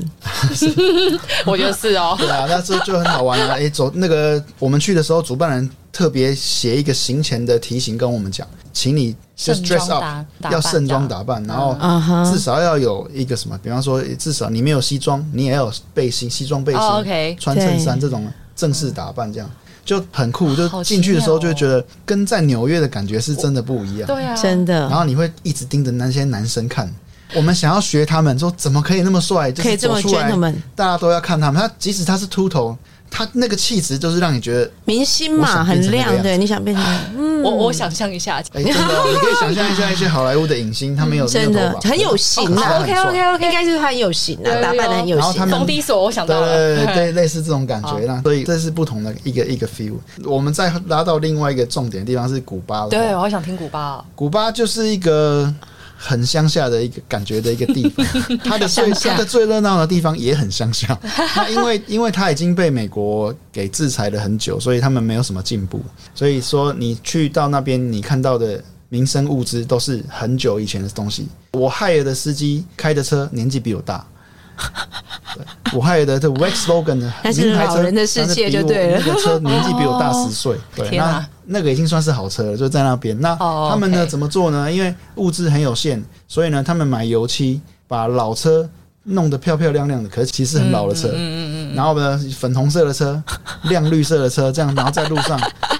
我觉得是哦。
对啊，那这就很好玩
[laughs]
啊！诶，走那个我们去的时候，主办人特别写一个行前的提醒跟我们讲，请你就
盛
dress
装
up，
打打扮嗯
要盛装打扮，然后
啊
Uh-huh
哈
至少要有一个什么，比方说至少你没有西装，你也要有背心、西装背心、
哦，OK
穿衬衫这种正式打扮，这样就很酷。就
好
进去的时候就会
奇
觉
妙哦
得跟在纽约的感觉是真的不一样。
对啊，
真的
然。后你会一直盯着那些男生看。我们想要学他们，说怎么可以那么帅，就是
可以这么
走出来
gentleman
大家都要看他们。他即使他是秃头，他那个气质就是让你觉得，
明星
我
嘛，
想
很
变成那
亮，
样
对，你想变成
[laughs]
我我想象一下。
哎、真
[laughs]
的哦、你可以想象一下一些好莱坞的影星，他们有
真的很有型
[laughs]
哦
啊
，OK 嗯 OK，
应该就是他很有型啊，
有
打扮的很有
然后
型
他
啊。
们
封底锁，我想
对
到
对对
[laughs] 了。
对，类似这种感觉
哦
啦，所以这是不同的一个一个 feel。我们再拉到另外一个重点的地方是古巴了，
对，我好想听古巴哦。
古巴就是一个很乡下的一个感觉的一个
[laughs]
地方，它的最它的最热闹的地方也很乡下。那因为 [laughs] 因为它已经被美国给制裁了很久，所以他们没有什么进步。所以说你去到那边，你看到的民生物资都是很久以前的东西。我害了的司机开的车年纪比我大。对我害的这 Wax Logan 的
[laughs] 那是
名牌
老
车，
人的世
但是
界
比
就
我
对了
那个车年纪比我大十岁，对，
天
那
啊
那个已经算是好车了，就在那边。那
哦
他们呢
OK
怎么做呢？因为物资很有限，所以呢，他们买油漆，把老车弄得漂漂亮亮的，可是其实很老的车。
嗯嗯 [laughs]
然后呢，粉红色的车、亮绿色的车，这样，然后在路上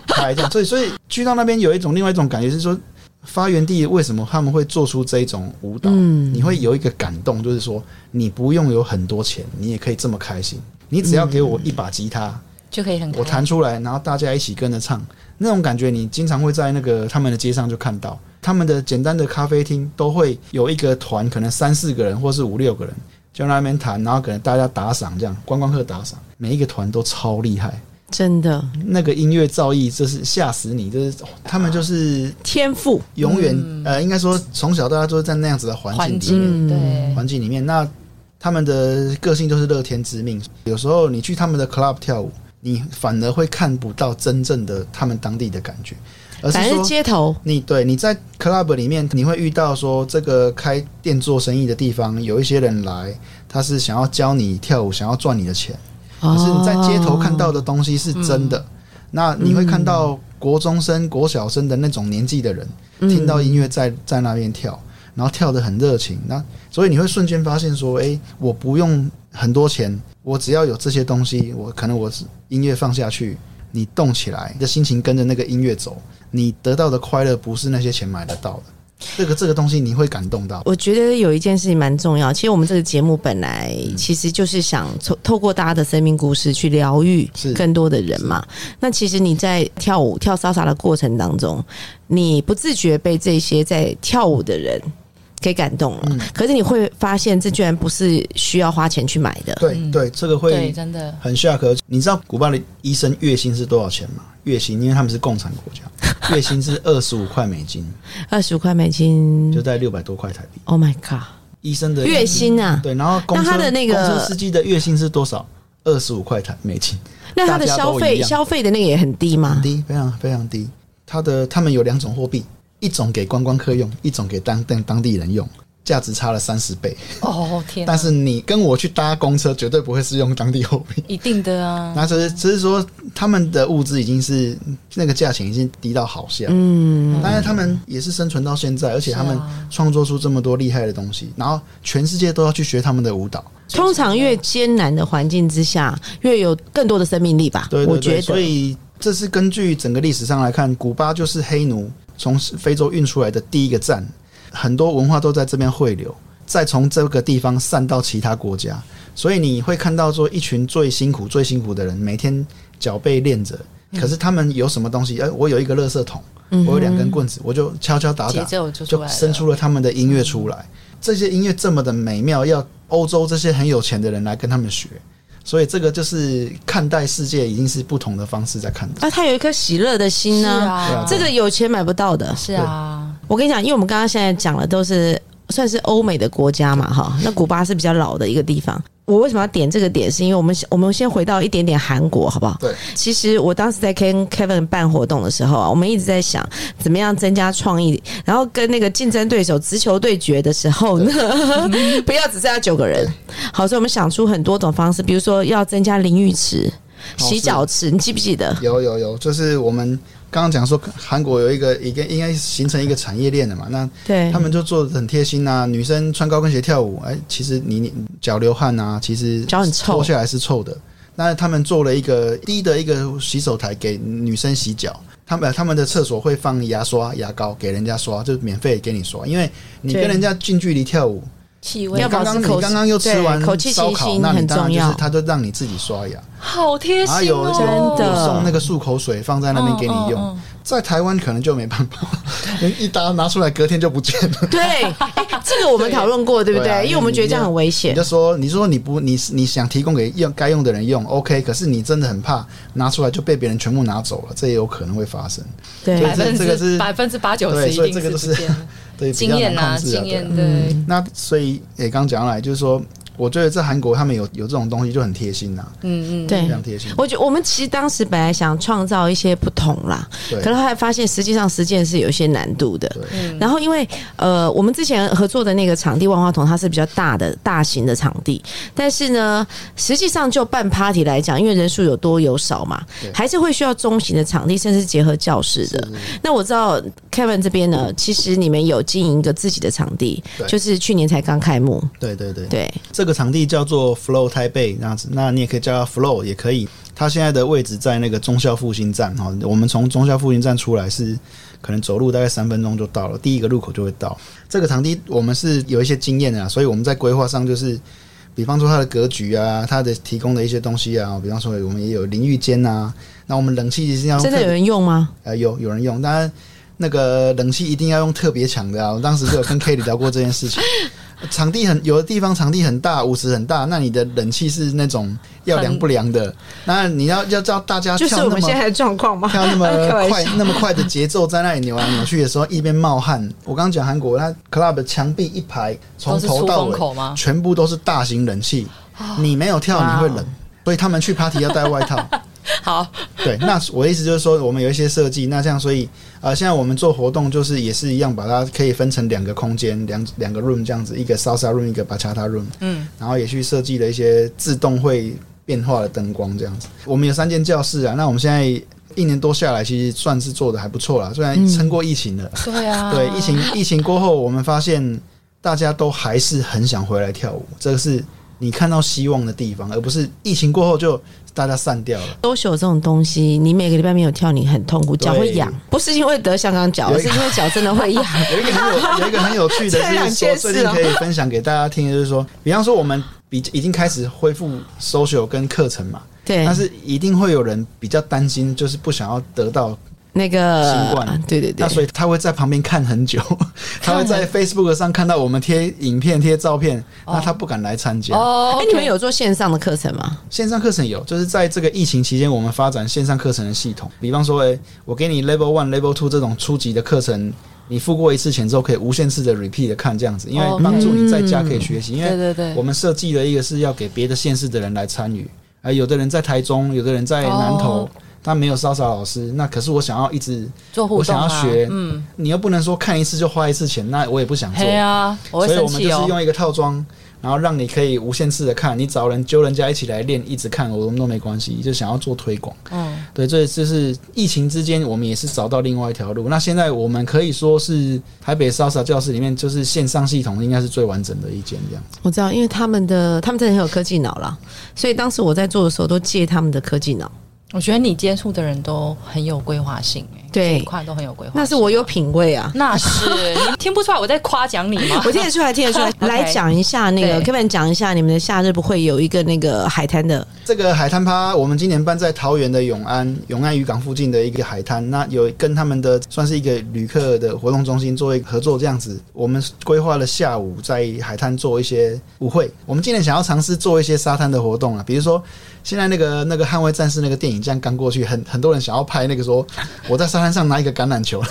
拍这样，所以所以去到那边有一种另外一种感觉是说，发源地为什么他们会做出这种舞蹈？
嗯
你会有一个感动，就是说你不用有很多钱，你也可以这么开心。你只要给我一把吉他，
就可以很
我
开
弹出来，然后大家一起跟着唱，那种感觉你经常会在那个他们的街上就看到，他们的简单的咖啡厅都会有一个团，可能三四个人或是五六个人，就在那边弹，然后可能大家打赏这样，观光客打赏，每一个团都超厉害，
真的
那个音乐造诣这是吓死你，这是、哦他们就是
天赋，
永远、呃，应该说从小到大都是在那样子的环境
环
里面。
嗯
境，对，
环境里面，那他们的个性都是乐天知命。有时候你去他们的 club 跳舞，你反而会看不到真正的他们当地的感觉，而
反
是
正
说
是街头
你对你在 club 里面，你会遇到说这个开店做生意的地方，有一些人来，他是想要教你跳舞，想要赚你的钱。可是你在街
哦
头看到的东西是真的，那你会看到国中生、国小生的那种年纪的人，听到音乐在在那边跳，然后跳得很热情，那所以你会瞬间发现说，诶，我不用很多钱，我只要有这些东西，我可能我是音乐放下去，你动起来，你的心情跟着那个音乐走，你得到的快乐不是那些钱买得到的，这个这个东西你会感动到。
我觉得有一件事情蛮重要。其实我们这个节目本来
嗯
其实就是想透透过大家的生命故事去疗愈
是
更多的人嘛。那其实你在跳舞跳莎莎的过程当中，你不自觉被这些在跳舞的人给感动了，
嗯
可是你会发现这居然不是需要花钱去买的。
对对，这个
嗯对，
会
真的
很 shock。你知道古巴的医生月薪是多少钱吗？月薪，因为他们是共产国家，月薪是二十五块美金，
二十五块美金
就在六百多块台币。
，Oh my god！
医生的
月薪啊，
对，然后公车
那他的那个
公车司机的月薪是多少？二十五块台美金，
那他的
大家
消
都一
费
样
消费的那个也很低吗
很？低，非常非常低。他的他们有两种货币，一种给观光客用，一种给当当当地人用，价值差了三十倍。
哦，天啊，
但是你跟我去搭公车，绝对不会是用当地货币。
一定的啊，
那只是只是说他们的物资已经是那个价钱已经低到好下，嗯，但是他们也是生存到现在，而且他们创作出这么多厉害的东西，然后全世界都要去学他们的舞蹈，
通常越艰难的环境之下，越有更多的生命力吧。
对
我
对
觉
对，
得，嗯
所以这是根据整个历史上来看，古巴就是黑奴从非洲运出来的第一个站，很多文化都在这边汇流，再从这个地方散到其他国家，所以你会看到说一群最辛苦、最辛苦的人，每天脚被练着，
嗯
可是他们有什么东西？哎、我有一个垃圾桶，我有两根棍子，我就敲敲打
节
打，
奏就出
就
来
生
了，
出了他们的音乐出来。这些音乐这么的美妙，要欧洲这些很有钱的人来跟他们学，所以这个就是看待世界已经是不同的方式在看待。
啊，他有一颗喜乐的心
是
呢、
啊，
这个有钱买不到的。
是啊，
我跟你讲，因为我们刚刚现在讲的都是算是欧美的国家嘛，哈，那古巴是比较老的一个地方。我为什么要点这个点？是因为我们我们先回到一点点韩国，好不好？
对，
其实我当时在跟 Kevin 办活动的时候啊，我们一直在想怎么样增加创意，然后跟那个竞争对手直球对决的时候呢， [laughs] 不要只剩下九个人。好，所以我们想出很多种方式，比如说要增加淋浴
哦
池、
好
洗脚池，你记不记得？
有有有，就是我们刚刚讲说，韩国有一个一个应该形成一个产业链的嘛，那
对
他，们就做的很贴心啊，女生穿高跟鞋跳舞，哎，其实你你脚流汗啊，其实
脚很臭
脱下来是臭的。那他们做了一个低的一个洗手台给女生洗脚，他们他们的厕所会放牙刷、牙膏给人家刷，就免费给你刷，因为你
对
跟人家近距离跳舞，
气
你
味
要保
刚
持
刚你
口
刚刚又吃完
对口气
烧
清
烤，
新
那你
很
当然
重
就是
要
他就让你自己刷牙，
好贴
然后
心
有有
哦，
真的哦
有送那个漱口水放在那边给你
嗯嗯
用，在台湾可能就没办法， [laughs] 一搭拿出来隔天就不见了。
对，哎这个我们讨论过，对不
[laughs] 对啊
对？因为我们觉得这样很危险
你就。说，你说你不，你你想提供给用该用的人用，OK，可是你真的很怕拿出来就被别人全部拿走了，这也有可能会发生。
对
所以
百分
这个
之
是
百分之八九十
对，
一
所以
定
这个
是
就是
不见了
对 [laughs] 比
经
较
验
难
啊，
控制啊
经验
对
对，
那所以也刚讲来，就是说，我觉得在韩国他们有有这种东西就很贴心呐、
嗯嗯，
对
非，常贴心。
我觉我们其实当时本来想创造一些不同啦，
对
可是后来发现实际上实践是有一些难度的。
对
然后因为呃，我们之前合作的那个场地万花筒，它是比较大的大型的场地，但是呢，实际上就办 party 来讲，因为人数有多有少嘛，还是会需要中型的场地，甚至结合教室的。那我知道 Kevin 这边呢，其实你们有经营一个自己的场地，
对
就是去年才刚开幕，
对对对，
对，
这这个场地叫做 Flow 台北那样子，那你也可以叫它 Flow 也可以。它现在的位置在那个忠孝复兴站哈，我们从忠孝复兴站出来是可能走路大概三分钟就到了，第一个路口就会到。这个场地我们是有一些经验的啦，所以我们在规划上就是。比方说它的格局啊，它的提供的一些东西啊，比方说我们也有淋浴间啊，那我们冷气是要用
真的
特
有
别
人用吗？
呃，有有人用，当然那个冷气一定要用特别强的啊。我当时就有跟 K 里聊过这件事
[laughs]
情。场地很有的地方场地很大，舞池很大，那你的冷气是那种要凉不凉的，那你要要叫大家
就是
跳
我
那
们现
么
在的状况吗？
跳
[laughs]
那么
开玩
快
笑
那么快的节奏，在那里扭来扭去的时候，一边冒汗。我刚刚讲韩国，它 club 的墙壁一排从
都是
头
出
到
风
尾
口吗？
全部都是大型冷气，
啊
你没有跳你会冷，所以他们去 party 要带外套。
好，
对，那我的意思就是说，我们有一些设计，那这样所以呃，现在我们做活动就是也是一样，把它可以分成两个空间，两两个 room 这样子，一个 salsa room，一个 bachata room，嗯，然后也去设计了一些自动会变化的灯光这样子。我们有三间教室啊，那我们现在一年多下来，其实算是做的还不错啦，虽然撑过疫情了，
对啊，
嗯
对，疫情疫情过后，我们发现大家都还是很想回来跳舞，这个是你看到希望的地方，而不是疫情过后就大家散掉了。
都是有这种东西，你每个礼拜没有跳，你很痛苦，脚会痒
对，
不是因为得香港脚，
有
而
一
是
个
因为脚真的会痒。
[laughs] 有一个很有有一个很有趣
[laughs] 这
的
两
是说，
件事哦
最近可以分享给大家听，就是说，比方说我们比已经开始恢复 social 跟课程嘛，
对，
但是一定会有人比较担心，就是不想要得到，
那个
新冠
对对对哦
那，所以他会在旁边看很久， [laughs] 他
[laughs]
会在 Facebook 上看到我们贴影片、贴照片，那他不敢来参加。
哦
哎、
，OK，
你们有做线上的课程吗？
线上课程有，就是在这个疫情期间，我们发展线上课程的系统。比方说，诶、我给你 Level One、Level Two 这种初级的课程，你付过一次钱之后，可以无限次的 repeat 的看这样子，因为
哦
帮助你在家可以学习。因
对
为
对对
我，们设计了一个是要给别的县市的人来参与，啊，有的人在台中，有的人在南投，
哦
他没有莎莎老师，那可是我想要一直，
做互
我
动
想要
啊，
学，
嗯，
你又不能说看一次就花一次钱，那我也不想做。
嘿啊，我会
所以
生
我们就
气
是
哦。
用一个套装，然后让你可以无限次的看，你找人揪人家一起来练，一直看我们都没关系，就想要做推广。
嗯，
对，这就是疫情之间，我们也是找到另外一条路。那现在我们可以说是台北 salsa 教室里面，就是线上系统应该是最完整的一间这样。
我知道，因为他们的他们真的很有科技脑啦，所以当时我在做的时候都借他们的科技脑。
我觉得你接触的人都很有规划性，哎，
对
这一块都很有规划性。
那是我有品味啊，
那是 [laughs] 你听不出来我在夸
[laughs]
奖你吗？
我听得出来，听得出来。
OK
来讲一下那个
对
，Kevin 讲一下你们的夏日不会有一个那个海滩的，
这个海滩趴，我们今年办在桃园的永安永安渔港附近的一个海滩，那有跟他们的算是一个旅客的活动中心做一个合作这样子。我们规划了下午在海滩做一些舞会，我们今年想要尝试做一些沙滩的活动啊，比如说现在那个那个捍卫战士那个电影这样刚过去，很很多人想要拍那个说我在沙滩上拿一个橄榄球，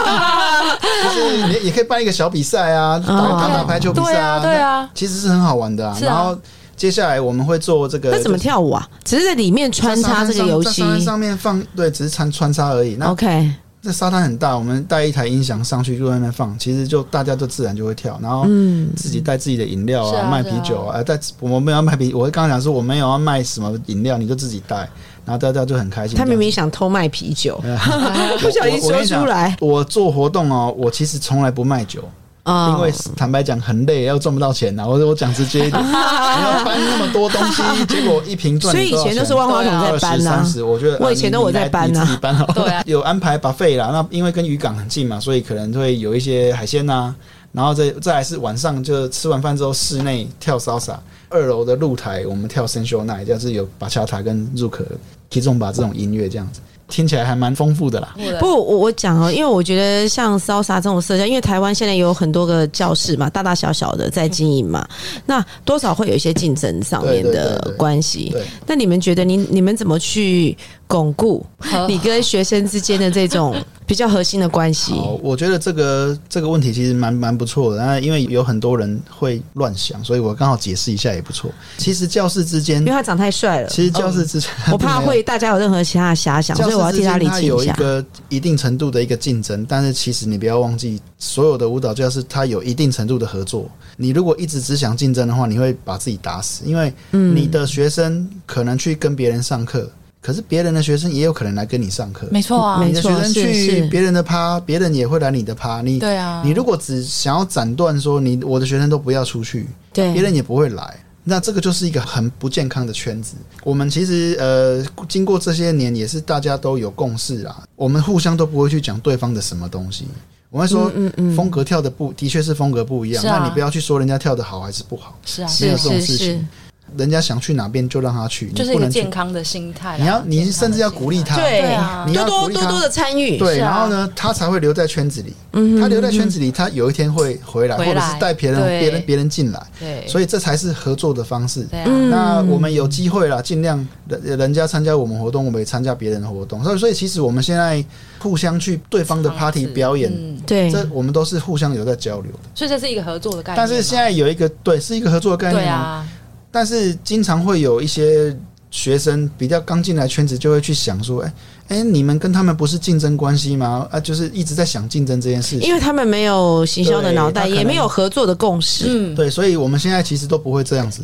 就是也也可以办一个小比赛啊，打打打排球比赛
对啊对啊
其实是很好玩的啊。
是啊
然后接下来我们会做这个
那怎么
就是
跳舞啊？只是在里面穿插这个游戏哦
在沙滩上面放对，只是穿穿插而已。那
，OK，
这沙滩很大，我们带一台音响上去就在那边放，其实就大家就自然就会跳，然后
嗯，
自己带自己的饮料
是
啊，
啊
卖啤酒啊，呃但我没有要卖啤，我刚刚讲说我没有要卖什么饮料，你就自己带，然后大家就很开心。
他明明想偷卖啤酒，
嗯 [laughs]
不小心
我我跟
说
你讲
出来
我做活动哦，我其实从来不卖酒，
啊
因为坦白讲很累，要赚不到钱然后我我讲直接
[laughs]
一点，你要搬那么多东西，结果一瓶赚
所
你
以
多
以
少钱。
前都是万花筒在
二十
搬
三
啊，
十，我觉得
我
呃
以前
你
都我
你来
在搬
你
啊
自己搬好了。
对啊
[laughs] 有安排把费啦。那因为跟渔港很近嘛，所以可能会有一些海鲜呐、然后再再来是晚上，就吃完饭之后，室内跳 salsa，二楼的露台我们跳 sensual night，就是有巴恰塔跟入可、k i z o m b a 这种音乐这样子，听起来还蛮丰富的啦。
不，我我讲哦，因为我觉得像烧杀这种社交，因为台湾现在有很多个教室嘛，大大小小的在经营嘛，那多少会有一些竞争上面
对对对
的
对
关系
对。
那你们觉得你你们怎么去巩固
和
你跟学生之间的这种比较核心的关系？
好，哦我觉得这个这个问题其实蛮蛮不错的，那因为有很多人会乱想，所以我刚好解释一下也不错。其实教室之间
因为，他长太帅了，嗯
其实教室啊之间，
我怕会大家有任何其他的遐想，所以我要替他理
它
清
有
一
一
下。
个一定程度的一个竞争，但是其实你不要忘记，所有的舞蹈教室它有一定程度的合作。你如果一直只想竞
嗯
争的话，你会把自己打死，因为你的学生可能去跟别人上课。可是别人的学生也有可能来跟你上课，
没错啊，
你的学生
是
去
是
别人的趴，别人也会来你的趴。你
对啊
你如果只想要斩断说你我的学生都不要出去，
对
别人也不会来。那这个就是一个很不健康的圈子。我们其实呃，经过这些年也是大家都有共识啦，我们互相都不会去讲对方的什么东西。我们会说，风格跳的不，的确是风格不一样。
嗯是啊
那你不要去说人家跳的好还是不好，
是啊，
没有
是
这种事
是
情。人家想去哪边就让他去，
就
你
是一
不
个
能去
健。康的心态啦。
你要，你甚至要鼓励
健康的心态
他，
对
对啊
你
多
要
多
鼓励
多
他
多的参与，
对，
是啊嗯
然后呢，他才会留在圈子里。他留在圈子里，他有一天会回来，
回
或者
来
是带别人、
对
别人、别人进来。
对，
所以嗯这才是合作的方式。
对啊，
嗯
那我们有机会啦，尽量人人家参加我们活动，我们也参加别人的活动。所以，所以其实我们现在互相去对方的
尝试
party 表演，
嗯，
对
这我们都是互相有在交流的。
所以这是一个合作的概念嘛。
但
啊
是现在有一个对，是一个合作的概
对
念嘛。
啊，
但是经常会有一些学生比较刚进来圈子，就会去想说，哎、哎、你们跟他们不是竞争关系吗？啊，就是一直在想竞争这件事情。
因为他们没有行销的脑袋，
对他可能
也没有合作的共识，
嗯，
对，所以我们现在其实都不会这样子。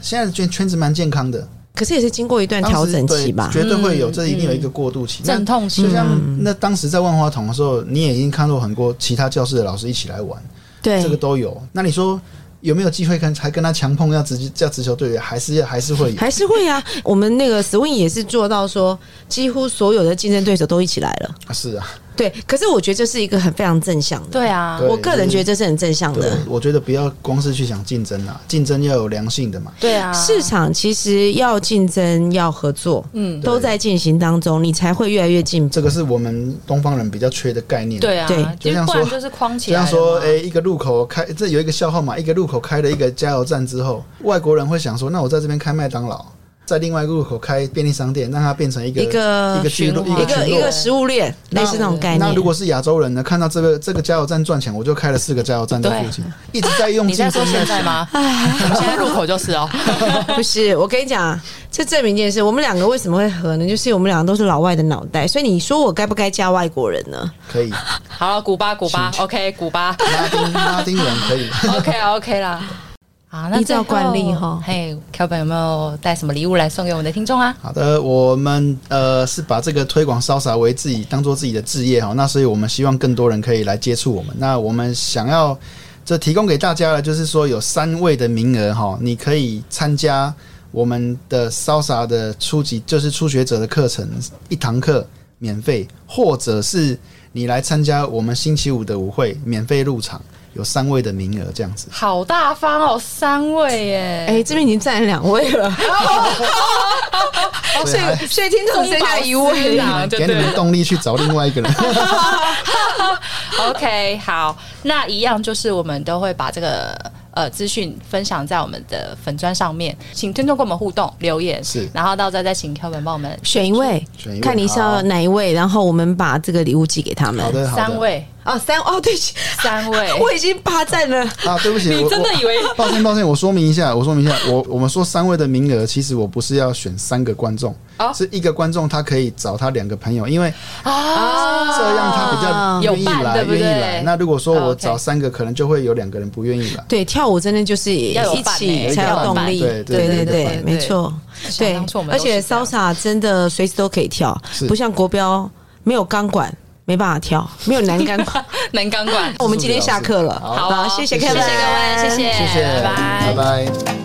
现在的圈圈子蛮健康的，
可是也是经过一段
当时
调整期
对
吧。嗯
绝对会有，
嗯
这一定有一个过渡期。那
阵痛期
就像那当时在万花筒的时候，你也已经看到很多其他教室的老师一起来玩，
对
这个都有。那你说有没有机会跟还跟他强碰要直接叫直球对决？还是还是会有？
还是会啊，我们那个 Swing 也是做到说，几乎所有的竞争对手都一起来了。
啊是啊，
对，可是我觉得这是一个很非常正向的，
对啊，
对
我个人觉得这是很正向
对
的。，
我觉得不要光是去想竞争啦，啊竞争要有良性的嘛。
对啊，
市场其实要竞争，要合作，
嗯，
都在进行当中，你才会越来越进步。
这个是我们东方人比较缺的概念。
对啊，
对
就
就像
不
说
然就是框起
就
来
像
了嘛。
说，诶、一个路口开，这有一个笑话嘛，一个路口开了一个加油站之后，外国人会想说，那我在这边开麦当劳，在另外一个路口开便利商店，让它变成一个
一个
一个聚落，
循环
一
个
个一
群落
个。食物链，
那
类似那种概
那如
念。
果是亚洲人呢？看到这个这个加油站赚钱，我就开了四个加油站在附近，一直
[laughs]
在用
你
竞
在说
争
现在吗？哦哎现在入口就是哦，
[laughs] 不是，我跟你讲，这证明一件事，我们两个为什么会合呢？就是我们两个都是老外的脑袋，所以你说我该不该加外国人呢？
可以，
好了，古巴，古巴，OK，古巴
拉丁拉丁人可以。
，OK，OK 啦。啊，那
依照
最后
惯例哈
嘿，Kelvin 有没有带什么礼物来送给我们的听众啊？
好的，我们呃是把这个推广烧洒为自己当做自己的置业哈，那所以我们希望更多人可以来接触我们。那我们想要这提供给大家的，就是说有三位的名额哈，你可以参加我们的烧洒的初级，就是初学者的课程，一堂课免费，或者是你来参加我们星期五的舞会，免费入场，有三位的名额这样子。
好大方哦，三位耶！
哎、这边已经占两位 [laughs] 了，所以所以听众剩下啊一位啊
中饱私啊囊
了。
就
给你
对
们
了。
动力去找另外一个人。
啊 OK，好，那一样就是我们都会把这个呃资讯分享在我们的粉砖上面，请听众跟我们互动留言，
是
然后到时候再请 Kelvin 帮我们
选一位，
选一位
看你是要哪一位，然后我们把这个礼物寄给他们
好。 [laughs] 的，好的。
三位，
哦，三哦，对不起，
三位 [laughs]
我已经霸占了。
啊，对不起，
你
我
真的
我
以为
抱歉，抱歉，我说明一下，我说明一下，我我们说三位的名额，其实我不是要选三个观众，
哦
是一个观众他可以找他两个朋友，因为
啊，
这样他比较愿意
有伴
来，
对不
愿
对
意来。那如果说
哦
我
，OK
找三个，可能就会有两个人不愿意来。
对，跳舞真的就是
要有
一
伴
起
欸
才
要有
有动
伴
力。
对对
对
对对
对
没错。
想
对
当初我，们
而
都是
且
这样
salsa 真的随时都可以跳
是，
不像国标没有钢管没办法跳，没有男
[laughs]
钢管。
[laughs] 能钢管。
我们今天下课了，
好
好哦
谢谢
谢谢
Kevin，
谢谢各位，谢谢，
谢谢，
拜拜
拜。拜